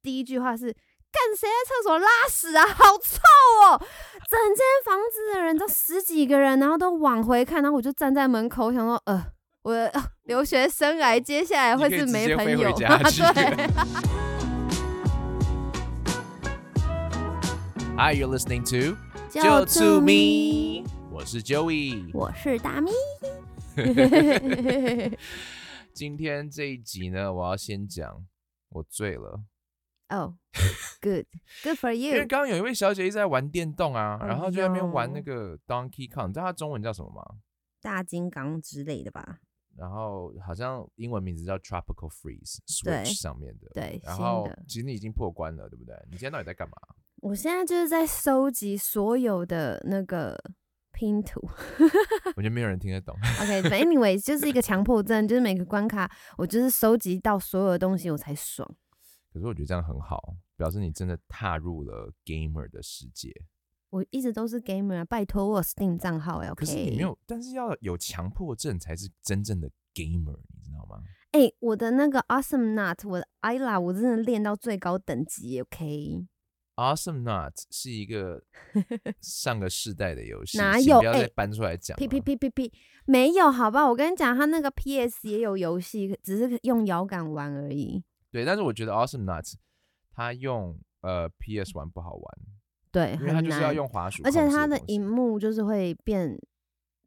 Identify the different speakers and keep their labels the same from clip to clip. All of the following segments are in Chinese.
Speaker 1: 第一句话是“干谁在厕所拉屎啊，好臭哦！”整间房子的人都十几个人，然后都往回看，然后我就站在门口，我想说，呃， 我的、呃留学生涯接下来
Speaker 2: 你
Speaker 1: 会
Speaker 2: 可以
Speaker 1: 是
Speaker 2: 直
Speaker 1: 没
Speaker 2: 接
Speaker 1: 朋
Speaker 2: 飞回
Speaker 1: 友，
Speaker 2: 家去
Speaker 1: 对。
Speaker 2: Hi, you're listening to
Speaker 1: 就
Speaker 2: To
Speaker 1: 住
Speaker 2: Me，我是 Joey。
Speaker 1: 我是大 咪。
Speaker 2: 今天这一集呢，我要先讲我醉了，
Speaker 1: 哦、g o o d good for
Speaker 2: 因为
Speaker 1: you。
Speaker 2: 刚刚有一位小姐一直在玩电动啊，
Speaker 1: 哎
Speaker 2: 然后就在那边玩那
Speaker 1: 呦
Speaker 2: 个 Donkey Kong，你知道它中文叫什么吗？
Speaker 1: 大金刚之类的吧？
Speaker 2: 然后好像英文名字叫 Tropical Freeze，Switch
Speaker 1: 对
Speaker 2: 上面的。
Speaker 1: 对
Speaker 2: 然
Speaker 1: 新
Speaker 2: 后
Speaker 1: 的
Speaker 2: 其实你已经破关了，对不对？你现在到底 在干嘛？
Speaker 1: 我现在就是在收集所有的那个拼图。
Speaker 2: 我觉得没有人听得懂。
Speaker 1: OK，反正 anyway 就是一个强迫症，就是每个关卡我就是收集到所有的东西我才爽。
Speaker 2: 可是我觉得这样很好，表示你真的踏入了 gamer 的世界。
Speaker 1: 我一直都是 gamer，啊拜托我有 Steam 账号哎，OK。
Speaker 2: 可是你没有，但是要有强迫症才是真正的 gamer，你知道吗？
Speaker 1: 哎、我的那个 Awesome Nut，我的 Ila，我真的练到最高等级，OK？
Speaker 2: Awesome Not 是一 个上个世代的游戏，
Speaker 1: 哪
Speaker 2: 请
Speaker 1: 有
Speaker 2: 不要再
Speaker 1: 哎
Speaker 2: 搬出来讲
Speaker 1: 呸
Speaker 2: 了。
Speaker 1: 呸呸呸呸，没有，好吧，我跟你讲，他那个 PS 也有游戏，只是用摇杆玩而已。
Speaker 2: 对，但是我觉得 Awesome Not 它用呃 PS 玩不好玩，
Speaker 1: 对，
Speaker 2: 因为它
Speaker 1: 哎很
Speaker 2: 就是要
Speaker 1: 难。
Speaker 2: 用滑鼠控
Speaker 1: 而
Speaker 2: 制东
Speaker 1: 且
Speaker 2: 西，
Speaker 1: 它的荧幕就是会变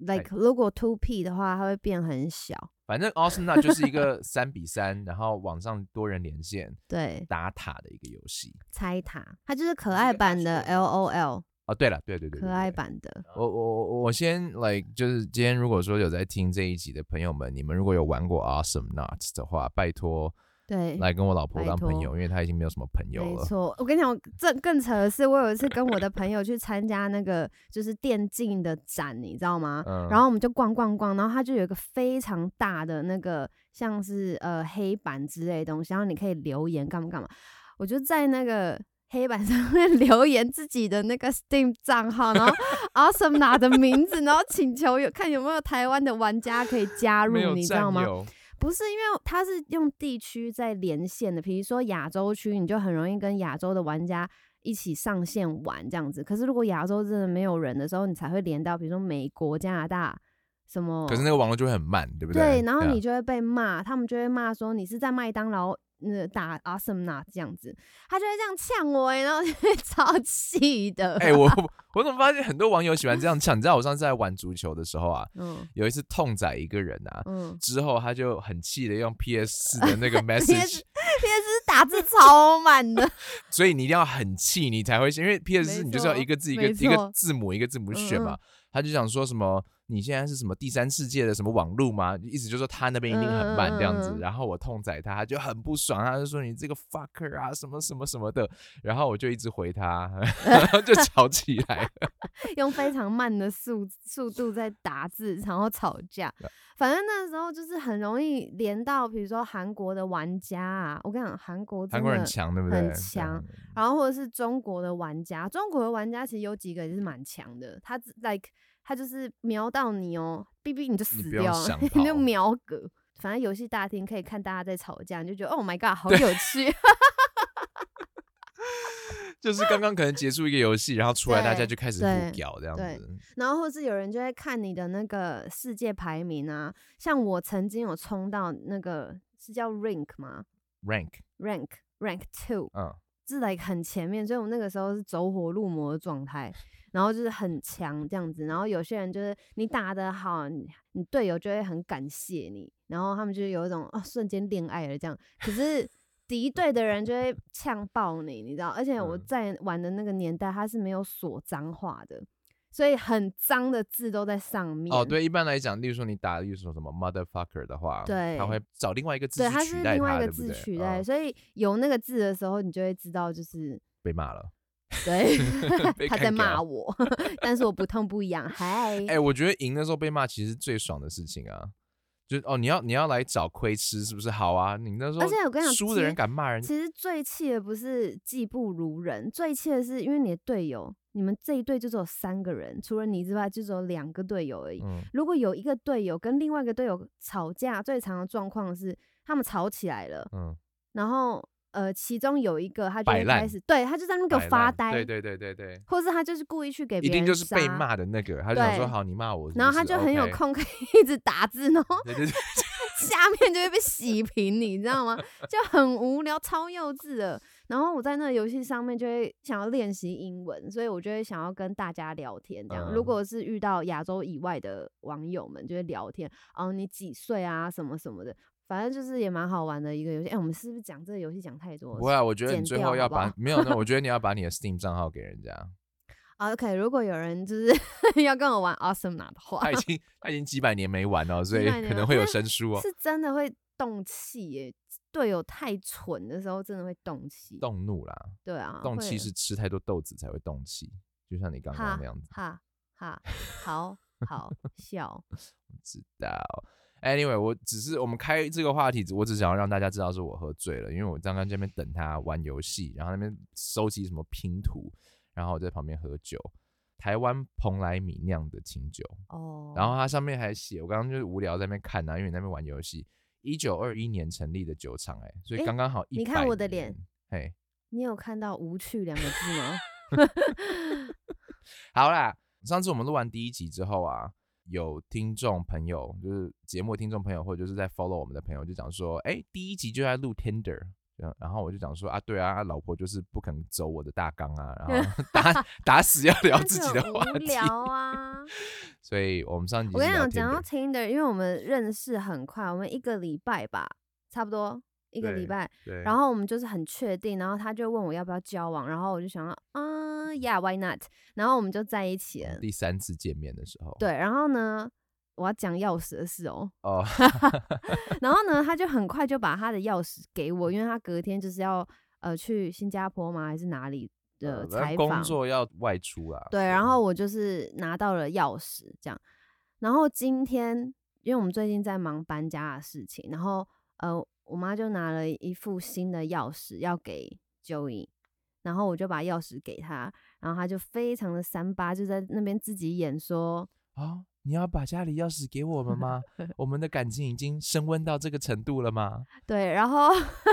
Speaker 2: 哎
Speaker 1: ，like 如果 two P 的话，它会变很小。
Speaker 2: 反正 Awesome Not 就是一个三比三， 然后网上多人连线
Speaker 1: 对，
Speaker 2: 打塔的一个游戏。
Speaker 1: 拆塔，它就是可
Speaker 2: 是
Speaker 1: 爱
Speaker 2: 一个
Speaker 1: 版
Speaker 2: 大
Speaker 1: 的
Speaker 2: 秀
Speaker 1: L O L，
Speaker 2: 哦，对了，对对对，对
Speaker 1: 可爱。
Speaker 2: 对
Speaker 1: 版的。
Speaker 2: 我我我我先 like 就是今天如果说有在听这一集的朋友们，你们如果有玩过 Awesome Not 的话，拜托
Speaker 1: 对，
Speaker 2: 来跟我老婆
Speaker 1: 拜
Speaker 2: 当朋
Speaker 1: 托
Speaker 2: 友，因为她已经没有什么朋友
Speaker 1: 没
Speaker 2: 了。
Speaker 1: 错，我跟你讲，这更扯的是，我有一次跟我的朋友去参加那个就是电竞的展，你知道吗？
Speaker 2: 嗯
Speaker 1: 然后我们就逛逛逛，然后它就有一个非常大的那个像是呃黑板之类的东西，然后你可以留言干嘛干嘛。我就在那个黑板 上面留言自己的那个 Steam 账号， 然后 Awesome 拿的名字，然后请求有看有没有台湾的玩家可以加入
Speaker 2: 没，有
Speaker 1: 你知
Speaker 2: 战
Speaker 1: 道吗？
Speaker 2: 友，
Speaker 1: 不是，因为它是用地区在连线的，比如说亚洲区，你就很容易跟亚洲的玩家一起上线玩这样子。可是如果亚洲真的没有人的时候，你才会连到，比如说美国、加拿大什么。
Speaker 2: 可是那个网络就会很慢，对不
Speaker 1: 对，然
Speaker 2: 对
Speaker 1: 后
Speaker 2: 啊
Speaker 1: 你就会被骂，他们就会骂说你是在麦当劳。呃，打 awesome 呐这样子，他就会这样呛我哎、然后就会 超气的。
Speaker 2: 哎、我我怎么发现很多网友喜欢这样呛？你知道我上次在玩足球的时候啊，
Speaker 1: 嗯
Speaker 2: 有一次痛宰一个人啊，
Speaker 1: 嗯，
Speaker 2: 之后他就很气的用 PS 四 的那个 message，
Speaker 1: 也是打字超慢的，
Speaker 2: 所以你一定要很气你才会信，因为 PS 四
Speaker 1: 没
Speaker 2: 你就是要
Speaker 1: 错
Speaker 2: 一个字一个
Speaker 1: 没
Speaker 2: 一个
Speaker 1: 错
Speaker 2: 字母一个字母选嘛。
Speaker 1: 嗯
Speaker 2: 他就想说什么你现在是什么第三世界的什么网路吗？意思就是说他那边一定很慢这样
Speaker 1: 嗯
Speaker 2: 子。
Speaker 1: 嗯嗯嗯
Speaker 2: 然后我痛宰他，他就很不爽，他就说你这个 fucker 啊什么什么什么的。然后我就一直回他， 然后就吵起来 了。
Speaker 1: 用非常慢的速速度在打字，然后吵架。反正那时候就是很容易连到，比如说韩国的玩家啊，我跟你讲，韩国真
Speaker 2: 韩国人
Speaker 1: 的，
Speaker 2: 强对不对？啊
Speaker 1: 很强然后或者是中国的玩家，中国的玩家其实有几个也是蛮强的，他只 like 他就是瞄到你哦，哔哔你就
Speaker 2: 你
Speaker 1: 死
Speaker 2: 不用
Speaker 1: 掉了
Speaker 2: 想，
Speaker 1: 你就
Speaker 2: 跑
Speaker 1: 秒嗝。反正游戏大厅可以看大家在吵架，你就觉得 Oh my god，好有趣。
Speaker 2: 就是刚刚可能结束一个游戏，然后出来大家
Speaker 1: 对
Speaker 2: 就开始
Speaker 1: 对
Speaker 2: 互屌这样
Speaker 1: 对
Speaker 2: 子。
Speaker 1: 然后或是有人就会看你的那个世界排名啊，像我曾经有冲到那个是叫 rank 吗
Speaker 2: Rank，
Speaker 1: ？rank rank two
Speaker 2: 嗯，
Speaker 1: 是 like 很前面，所以我那个时候是走火入魔的状态，然后就是很强这样子。然后有些人就是你打得好，你你队友就会很感谢你，然后他们就有一种哦瞬间恋爱了这样。可是敌对的人就会呛爆你，你知道？而且我
Speaker 2: 嗯
Speaker 1: 在玩的那个年代，它是没有锁脏话的。所以很脏的字都在上面。
Speaker 2: 哦，对，一般来讲，例如说你打，例如说什么 motherfucker 的话，
Speaker 1: 对
Speaker 2: 他会找另外一个字
Speaker 1: 对，
Speaker 2: 去
Speaker 1: 它
Speaker 2: 取
Speaker 1: 是
Speaker 2: 代
Speaker 1: 另外
Speaker 2: 它，
Speaker 1: 一
Speaker 2: 对
Speaker 1: 个
Speaker 2: 不
Speaker 1: 字
Speaker 2: 对？
Speaker 1: 取代，
Speaker 2: 嗯
Speaker 1: 所以有那个字的时候，你就会知道，就是
Speaker 2: 被骂了。
Speaker 1: 对
Speaker 2: 被
Speaker 1: 他
Speaker 2: 干
Speaker 1: 在骂
Speaker 2: 掉
Speaker 1: 我， 但是我不痛不痒，嗨，
Speaker 2: 哎、我觉得赢的时候被骂其实是最爽的事情啊。就哦，你要你要来找亏吃是不是？好啊，你那时候
Speaker 1: 而且我跟你讲
Speaker 2: 输
Speaker 1: 其
Speaker 2: 的
Speaker 1: 实
Speaker 2: 人敢骂人，
Speaker 1: 其实最气的不是技不如人，最气的是因为你的队友，你们这一队就只有三个人，除了你之外就只有两个队友而已。
Speaker 2: 嗯，
Speaker 1: 如果有一个队友跟另外一个队友吵架，最常的状况是他们吵起来了，
Speaker 2: 嗯
Speaker 1: 然后呃，其中有一个他就
Speaker 2: 摆
Speaker 1: 会
Speaker 2: 烂
Speaker 1: 开始，对他就在那
Speaker 2: 摆
Speaker 1: 个
Speaker 2: 烂
Speaker 1: 发呆，
Speaker 2: 对对对对对，
Speaker 1: 或是他就是故意去给
Speaker 2: 一
Speaker 1: 别人
Speaker 2: 定就是被
Speaker 1: 杀，
Speaker 2: 骂的那个，他就想说
Speaker 1: 对
Speaker 2: 好，你骂我是不是，
Speaker 1: 然后他就很有
Speaker 2: OK
Speaker 1: 空可以一 直打字，然后
Speaker 2: 对对对，
Speaker 1: 下面就会被洗屏，你知道吗？ 就很无聊，超幼稚的。然后我在那个游戏上面就会想要练习英文，所以我就会想要跟大家聊天。这样，如
Speaker 2: 嗯
Speaker 1: 果是遇到亚洲以外的网友们，就会聊天。哦，你几岁啊？什么什么的，反正就是也蛮好玩的一个游戏。哎、我们是不是讲这个游戏讲太多了？
Speaker 2: 不会啊，我觉得你
Speaker 1: 剪
Speaker 2: 最
Speaker 1: 掉
Speaker 2: 后
Speaker 1: 好
Speaker 2: 要
Speaker 1: 不
Speaker 2: 把
Speaker 1: 好
Speaker 2: 没有呢，我觉得你要把你的 Steam 账号给人家，
Speaker 1: 啊 OK，如果有人就是 要跟我玩 Awesome 拿的话，
Speaker 2: 他已经他已经几百年没玩 了，所
Speaker 1: 几
Speaker 2: 以
Speaker 1: 百年
Speaker 2: 可能
Speaker 1: 了
Speaker 2: 会有
Speaker 1: 因为
Speaker 2: 生疏哦，
Speaker 1: 是真的会动气耶、队友太蠢的时候，真的会动气。
Speaker 2: 动怒啦，
Speaker 1: 对啊，
Speaker 2: 动
Speaker 1: 会
Speaker 2: 气是吃太多豆子才会动气，就像你刚刚
Speaker 1: 哈
Speaker 2: 那样子，
Speaker 1: 哈哈，好 好笑。
Speaker 2: 知道。Anyway，我只是我们开这个话题，我只想要让大家知道是我喝醉了，因为我刚刚这边等他玩游戏，然后那边收集什么拼图，然后我在旁边喝酒，台湾蓬莱米酿的清酒，
Speaker 1: 哦，
Speaker 2: 然后它上面还写，我刚刚就是无聊在那边看啊，因为你在那边玩游戏。一九二一年成立的酒厂，哎，所以
Speaker 1: 诶
Speaker 2: 刚刚好一
Speaker 1: 你看我的脸，
Speaker 2: 嘿，
Speaker 1: 你有看到“无趣”两个字 吗？
Speaker 2: 好啦，上次我们录完第一集之后啊，有听众朋友，就是节目的听众朋友，或者就是在 follow 我们的朋友，就讲说，哎、第一集就在录 Tinder。然然后我就讲说啊，对啊，啊老婆就是不肯走我的大纲啊，然 后打打死要聊
Speaker 1: 那
Speaker 2: 自
Speaker 1: 就
Speaker 2: 己的
Speaker 1: 很
Speaker 2: 话
Speaker 1: 无
Speaker 2: 题，
Speaker 1: 聊 啊！
Speaker 2: 所以我们上集
Speaker 1: 我跟
Speaker 2: 是
Speaker 1: 你
Speaker 2: 聊
Speaker 1: 讲，讲到
Speaker 2: Tinder
Speaker 1: Tinder，因为我们认识很快，我们一个礼拜吧，差不多一个
Speaker 2: 对
Speaker 1: 礼拜。
Speaker 2: 对，
Speaker 1: 然后我们就是很确定，然后他就问我要不要交往，然后我就想要，啊、y e a h w h y not？然后我们就在一起了。
Speaker 2: 第三次见面的时候，
Speaker 1: 对，然后呢，我要讲钥匙的事哦、
Speaker 2: 哦，
Speaker 1: 然后呢，他就很快就把他的钥匙给我，因为他隔天就是要呃去新加坡吗？还是哪里的
Speaker 2: 呃反
Speaker 1: 采
Speaker 2: 正
Speaker 1: 访
Speaker 2: 工？作要外出啦，
Speaker 1: 对，然后我就是拿到了钥匙，这样。然后今天，因为我们最近在忙搬家的事情，然后呃，我妈就拿了一副新的钥匙要给 Joey，然后我就把钥匙给他，然后他就非常的三八，就在那边自己演说，
Speaker 2: 啊、你要把家里钥匙给我 们吗？我们的感情已经升温到这个程度了吗？
Speaker 1: 对，然后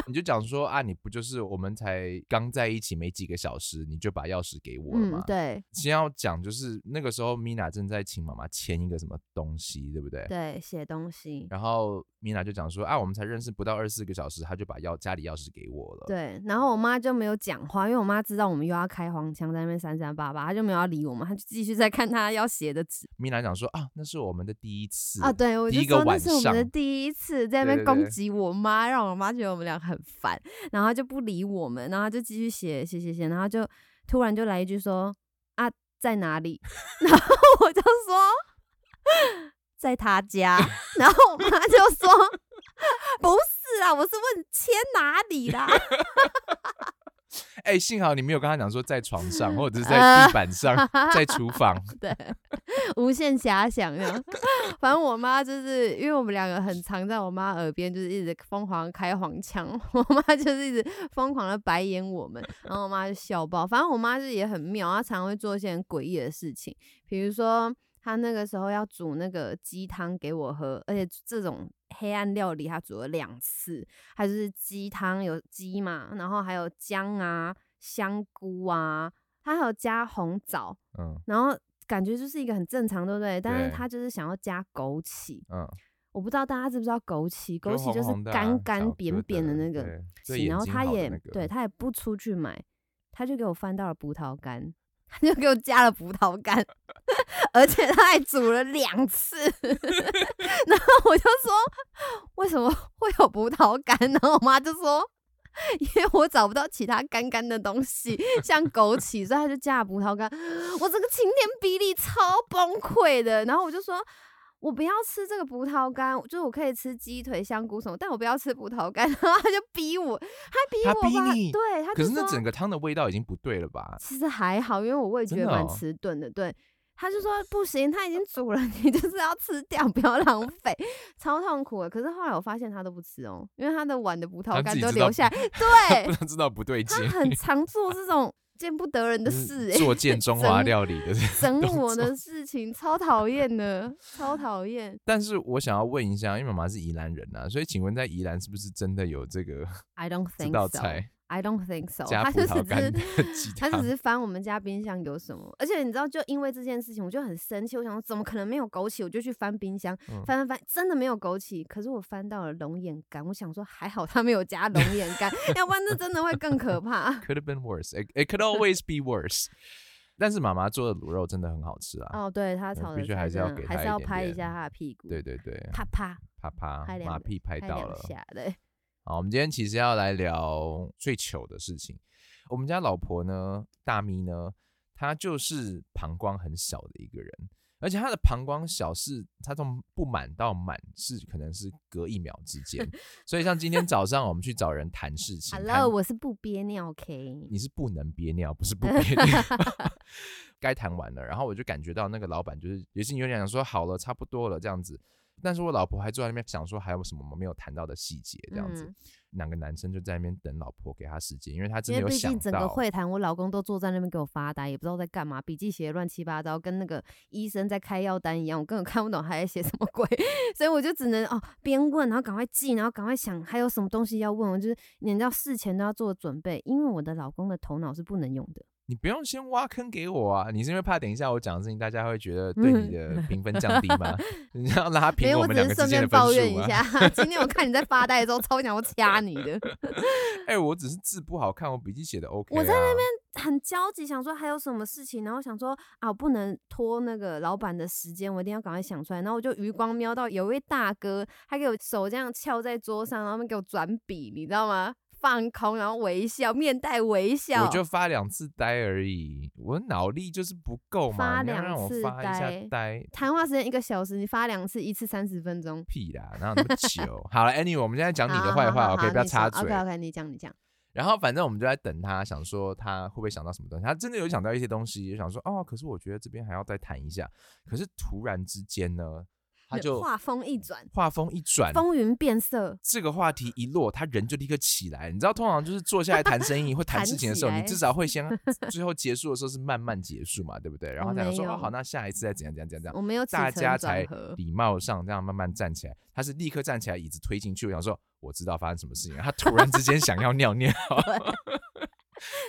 Speaker 2: 你就讲说啊，你不就是我们才刚在一起没几个小时，你就把钥匙给我了
Speaker 1: 嗯
Speaker 2: 吗，？
Speaker 1: 对
Speaker 2: 先要讲就是那个时候，Mina 正在请妈妈签一个什么东西，对不对？
Speaker 1: 对，写东西，
Speaker 2: 然后 Mina 就讲说啊，我们才认识不到二十四个小时，他就把钥家里钥匙给我了。
Speaker 1: 对，然后我妈就没有讲话，因为我妈知道我们又要开黄腔，在那边三三八八，她就没有要理我们，她就继续在看她要写的纸
Speaker 2: Mina 讲说啊，那是我们的第一次
Speaker 1: 啊。对，我
Speaker 2: 第
Speaker 1: 就
Speaker 2: 一个
Speaker 1: 说那
Speaker 2: 晚
Speaker 1: 是我们的
Speaker 2: 上
Speaker 1: 第一次在那边
Speaker 2: 对对
Speaker 1: 攻
Speaker 2: 对
Speaker 1: 击我妈，让我妈觉得我们俩很烦，然后她就不理我们，然后她就继续写写写写，然后就突然就来一句说啊在哪里？ 然后我就说在她家， 然后我妈就说 不是啊，我是问签哪里啦。
Speaker 2: 哎、幸好你没有跟他讲说在床上，或者是在
Speaker 1: 啊
Speaker 2: 地板上， 在厨房。
Speaker 1: 对， 无限遐想这样。反正我妈就是因为我们两个很常在我妈耳边，就是一直疯狂开黄腔， 我妈就是一直疯狂的白眼我们，然后我妈就笑爆。反正我妈就是也很妙，她常会做一些很诡异的事情，比如说她那个时候要煮那个鸡汤给我喝，而且这种。黑暗料理，她煮了两次，她就是鸡汤有鸡嘛，然后还有姜啊、香菇啊，她还有加红枣，
Speaker 2: 嗯
Speaker 1: 然后感觉就是一个很正常，对不对？但
Speaker 2: 对
Speaker 1: 是他就是想要加枸杞，
Speaker 2: 嗯，
Speaker 1: 我不知道大家知不知道枸杞，枸杞就
Speaker 2: 红
Speaker 1: 是
Speaker 2: 红的啊
Speaker 1: 干干
Speaker 2: 小
Speaker 1: 扁
Speaker 2: 疙
Speaker 1: 扁的
Speaker 2: 瘩
Speaker 1: 那个
Speaker 2: 对对
Speaker 1: 杞，
Speaker 2: 眼
Speaker 1: 然后
Speaker 2: 睛
Speaker 1: 他
Speaker 2: 好的
Speaker 1: 也
Speaker 2: 那个
Speaker 1: 对他也不出去买，他就给我翻到了葡萄干，他就给我加了葡萄干， 而且他还煮了两次， 然后我就说为什么 会有葡萄干？然后我妈就说。 因为我找不到其他干干的东西，像枸杞，所以他就加了葡萄干。我整个晴天霹雳，超崩溃的。然后我就说，我不要吃这个葡萄干，就是我可以吃鸡腿、香菇什么，但我不要吃葡萄干。 然后他就逼我，他逼
Speaker 2: 他
Speaker 1: 我
Speaker 2: 逼
Speaker 1: 吧，
Speaker 2: 你
Speaker 1: 对，他
Speaker 2: 可
Speaker 1: 就是
Speaker 2: 那整
Speaker 1: 说
Speaker 2: 个汤的味道已经不对了吧？
Speaker 1: 其实还好，因为我味
Speaker 2: 真
Speaker 1: 觉
Speaker 2: 的
Speaker 1: 蛮
Speaker 2: 哦
Speaker 1: 迟钝的，对。他就说不行，他已经煮了，你就是要吃掉，不要浪费，超痛苦的。可是后来我发现他都不吃哦，因为他的碗的葡萄
Speaker 2: 他自
Speaker 1: 干
Speaker 2: 己
Speaker 1: 都
Speaker 2: 知道
Speaker 1: 留下 来，
Speaker 2: 不
Speaker 1: 对
Speaker 2: 能知道不对劲
Speaker 1: 他，很常做这种见不得人的
Speaker 2: 就是
Speaker 1: 事、欸，
Speaker 2: 作践中华
Speaker 1: 整
Speaker 2: 料理 的。
Speaker 1: 整
Speaker 2: 动
Speaker 1: 我的事情，超讨厌的，超讨厌。
Speaker 2: 但是我想要问一下，因为妈妈是宜兰人啊，所以请问在宜兰是不是真的有这个
Speaker 1: I don't
Speaker 2: 这
Speaker 1: think
Speaker 2: 道
Speaker 1: so。
Speaker 2: 菜？
Speaker 1: I don't think so。
Speaker 2: 加
Speaker 1: 他
Speaker 2: 葡
Speaker 1: 就是
Speaker 2: 萄
Speaker 1: 只是
Speaker 2: 干的 鸡
Speaker 1: 他
Speaker 2: 汤
Speaker 1: 只，是翻我们家冰箱有什么，而且你知道，就因为这件事情，我就很生气。我想说，怎么可能没有枸杞？我就去翻冰箱，
Speaker 2: 嗯
Speaker 1: 翻翻翻，真的没有枸杞。可是我翻到了龙眼干，我想说，还好他没有加龙眼干， 要不然这真的会更可怕
Speaker 2: 。could have been worse. It, it could always be worse. 但是妈妈做的卤肉真的 很好吃啊！
Speaker 1: 哦，对他炒
Speaker 2: 必
Speaker 1: 的
Speaker 2: 须
Speaker 1: 菜
Speaker 2: 还是
Speaker 1: 真
Speaker 2: 要
Speaker 1: 的
Speaker 2: 给
Speaker 1: 还
Speaker 2: 他
Speaker 1: 是
Speaker 2: 一
Speaker 1: 要
Speaker 2: 点
Speaker 1: 拍一
Speaker 2: 点
Speaker 1: 下他的屁股，
Speaker 2: 对，对对，
Speaker 1: 啪啪
Speaker 2: 啪啪
Speaker 1: 拍，两
Speaker 2: 马
Speaker 1: 个
Speaker 2: 屁拍
Speaker 1: 拍
Speaker 2: 到
Speaker 1: 两
Speaker 2: 了。
Speaker 1: 下，对，
Speaker 2: 好，我们今天其实要来聊最糗的事情。我们家老婆呢，大咪呢，她就是膀胱很小的一个人，而且她的膀胱小是她从不满到满是可能是隔一秒之 间。所以像今天早上我们去找人谈事情谈
Speaker 1: Hello，我是不憋尿，OK？
Speaker 2: 你是不能憋尿，不是不憋 尿。该谈完了，然后我就感觉到那个老板就是也是有点想说好了，差不多了这样子。但是我老婆还坐在那边想说还有什么我们没有谈到的细节这样子。
Speaker 1: 嗯
Speaker 2: 两个男生就在那边等老婆给他时间，因为他真
Speaker 1: 因
Speaker 2: 的
Speaker 1: 为
Speaker 2: 有
Speaker 1: 毕
Speaker 2: 想
Speaker 1: 竟整个
Speaker 2: 到，
Speaker 1: 会谈，我老公都坐在那边给我发呆，也不知道在干嘛，笔记写得乱七八糟，跟那个医生在开药单一样，我根本看不懂他在写什么鬼， 所以我就只能哦边问，然后赶快记，然后赶快想还有什么东西要问，我就是你知道事前都要做准备，因为我的老公的头脑是不能用的。
Speaker 2: 你不用先挖坑给我啊！你是因为怕等一下我讲的事情，大家会觉得对你的
Speaker 1: 嗯
Speaker 2: 评分降低吗？ 你要拉
Speaker 1: 因
Speaker 2: 平
Speaker 1: 为
Speaker 2: 我们
Speaker 1: 只是
Speaker 2: 两个之
Speaker 1: 顺
Speaker 2: 间
Speaker 1: 便
Speaker 2: 的分
Speaker 1: 抱怨
Speaker 2: 数啊
Speaker 1: 一
Speaker 2: 吗？
Speaker 1: 下， 今天我看你在发呆的时候，超想要掐你的，
Speaker 2: 哎、我只是字不好看，我笔记写的 OK、啊。
Speaker 1: 我在那边很焦急，想说还有什么事情，然后想说啊，我不能拖那个老板的时间，我一定要赶快想出来。然后我就余光瞄到有一位大哥，他给我手这样翘在桌上，然后他们给我转笔，你知道吗？放空，然后微笑，面带微笑。
Speaker 2: 我就发两次呆而已，我脑力就是不够嘛，
Speaker 1: 发
Speaker 2: 你要
Speaker 1: 两
Speaker 2: 让我
Speaker 1: 次
Speaker 2: 发一下
Speaker 1: 呆
Speaker 2: 呆。
Speaker 1: 谈话时间一个小时，你发两次，一次三十分钟。
Speaker 2: 屁啦，哪有那么久？ 好了，Anyway，我们现在讲你的
Speaker 1: 好
Speaker 2: 坏
Speaker 1: 好
Speaker 2: 话
Speaker 1: 好
Speaker 2: ，OK，
Speaker 1: 好
Speaker 2: 不要
Speaker 1: 你
Speaker 2: 插
Speaker 1: 说
Speaker 2: 嘴。
Speaker 1: OK OK，你讲你讲。
Speaker 2: 然后反正我们就在等他，想说他会不会想到什么东西。他真的有想到一些东西，也想说哦，可是我觉得这边还要再谈一下。可是突然之间呢，他就
Speaker 1: 话锋一转，
Speaker 2: 话锋一转，
Speaker 1: 风云变色。
Speaker 2: 这个话题一落，他人就立刻起来。你知道，通常就是坐下来谈 生意或谈
Speaker 1: 弹
Speaker 2: 事情的
Speaker 1: 起
Speaker 2: 时候，你
Speaker 1: 来
Speaker 2: 至少 会先最后结束的时候是慢慢结束嘛，对不对？然后
Speaker 1: 我
Speaker 2: 他想
Speaker 1: 没
Speaker 2: 说哦
Speaker 1: 有
Speaker 2: 好，那下一次再怎样怎样怎样怎样，
Speaker 1: 我没有起
Speaker 2: 大
Speaker 1: 承
Speaker 2: 家
Speaker 1: 转
Speaker 2: 才
Speaker 1: 合
Speaker 2: 礼貌上这样慢慢站起来。他是立刻站起来，椅子推进去。我想说，我知道发生什么事情了。他突然之间想要 尿尿，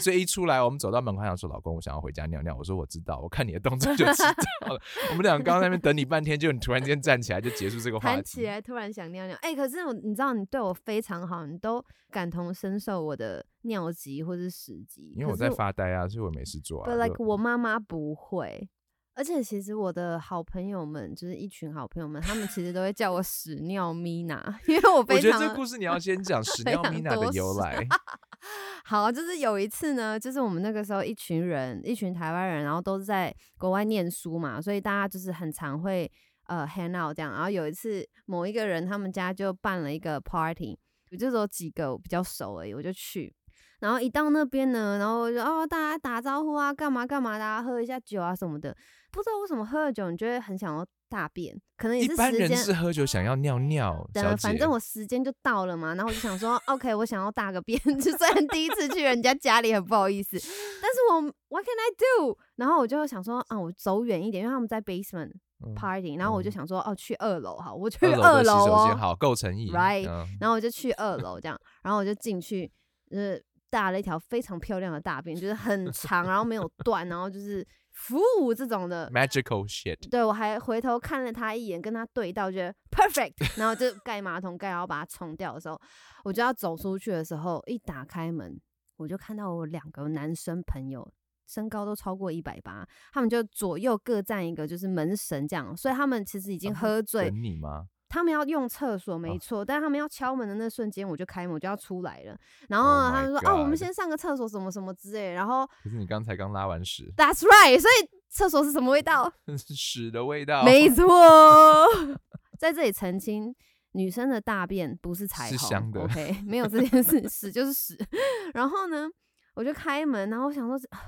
Speaker 2: 所以一出来，我们走到门口，他想说：“老公，我想要回家尿尿。”我说：“我知道，我看你的动作就知道了。”我们俩刚刚在那边等你半天，就你突然间站起来，就结束这个话
Speaker 1: 谈起
Speaker 2: 题。
Speaker 1: 来突然想尿尿，哎、可是我你知道你对我非常好，你都感同身受我的尿急或是屎急，
Speaker 2: 因为我
Speaker 1: 可
Speaker 2: 在
Speaker 1: 是
Speaker 2: 发呆啊，所以我没事做啊。
Speaker 1: 对，like
Speaker 2: 就
Speaker 1: 我妈妈不会。而且其实我的好朋友们，就是一群好朋友们，他们其实都会叫我屎尿咪娜， 因为我
Speaker 2: 我
Speaker 1: 非
Speaker 2: 觉得
Speaker 1: 常
Speaker 2: 这故事你要 先讲屎
Speaker 1: 非
Speaker 2: 尿
Speaker 1: 常
Speaker 2: 米娜的
Speaker 1: 多
Speaker 2: 由
Speaker 1: 事
Speaker 2: 来。
Speaker 1: 好，就是有一次呢，就是我们那个时候一群人，一群台湾人，然后都是在国外念书嘛，所以大家就是很常会呃 hang out 这样。然后有一次，某一个人他们家就办了一个 party，我就只有几个我比较熟而已，我就去。然后一到那边呢，然后我就哦，大家打招呼啊，干嘛干嘛的、啊，喝一下酒啊什么的。不知道为什么喝了酒，你就会很想要大便，可能也
Speaker 2: 一
Speaker 1: 是
Speaker 2: 般
Speaker 1: 时
Speaker 2: 人
Speaker 1: 间
Speaker 2: 是喝酒想要尿尿，
Speaker 1: 对啊
Speaker 2: 小姐。
Speaker 1: 反正我时间就到了嘛，然后我就想 说，OK，我想要大个便， 就虽然第一次去人家家里很不好意思，但是我 What can I do？然后我就想说，啊，我走远一点，因为他们在 basement
Speaker 2: 嗯
Speaker 1: party，、然后我就
Speaker 2: 嗯
Speaker 1: 想说，哦，去二楼好，我去
Speaker 2: 二楼的洗
Speaker 1: 楼
Speaker 2: 手间
Speaker 1: 哦，
Speaker 2: 好够诚意。
Speaker 1: Right
Speaker 2: 嗯
Speaker 1: 然后我就去二楼这样，然后我就进去，呃，大了一条非常漂亮的大便，就是很长，然后没有断，然后就是服务这种的，
Speaker 2: magical shit。
Speaker 1: 对我还回头看了他一眼，跟他对到，觉 得 perfect，然后就盖马桶盖，然后把它冲掉的时候，我就要走出去的时候，一打开门，我就看到我两个男生朋友。身高都超过一百八，他们就左右各站一个，就是门神这样，所以他们其实已经
Speaker 2: 他们
Speaker 1: 喝醉，
Speaker 2: 等你吗？
Speaker 1: 他们要用厕所没
Speaker 2: 哦
Speaker 1: 错，但他们要敲门的那瞬间，我就开门，我就要出来了。然后
Speaker 2: Oh
Speaker 1: 呢，他们说：“
Speaker 2: my
Speaker 1: 啊，我们
Speaker 2: God
Speaker 1: 先上个厕所，什么什么之类的。”然后
Speaker 2: 可是你刚才刚拉完屎，
Speaker 1: That's right，所以厕所是什么味道？
Speaker 2: 屎的味道，
Speaker 1: 没错，哦 在这里澄清，女生的大便不是彩虹
Speaker 2: 是香的
Speaker 1: o k 没有这件事，屎就是屎。 然后呢，我就开门，然后我想说，啊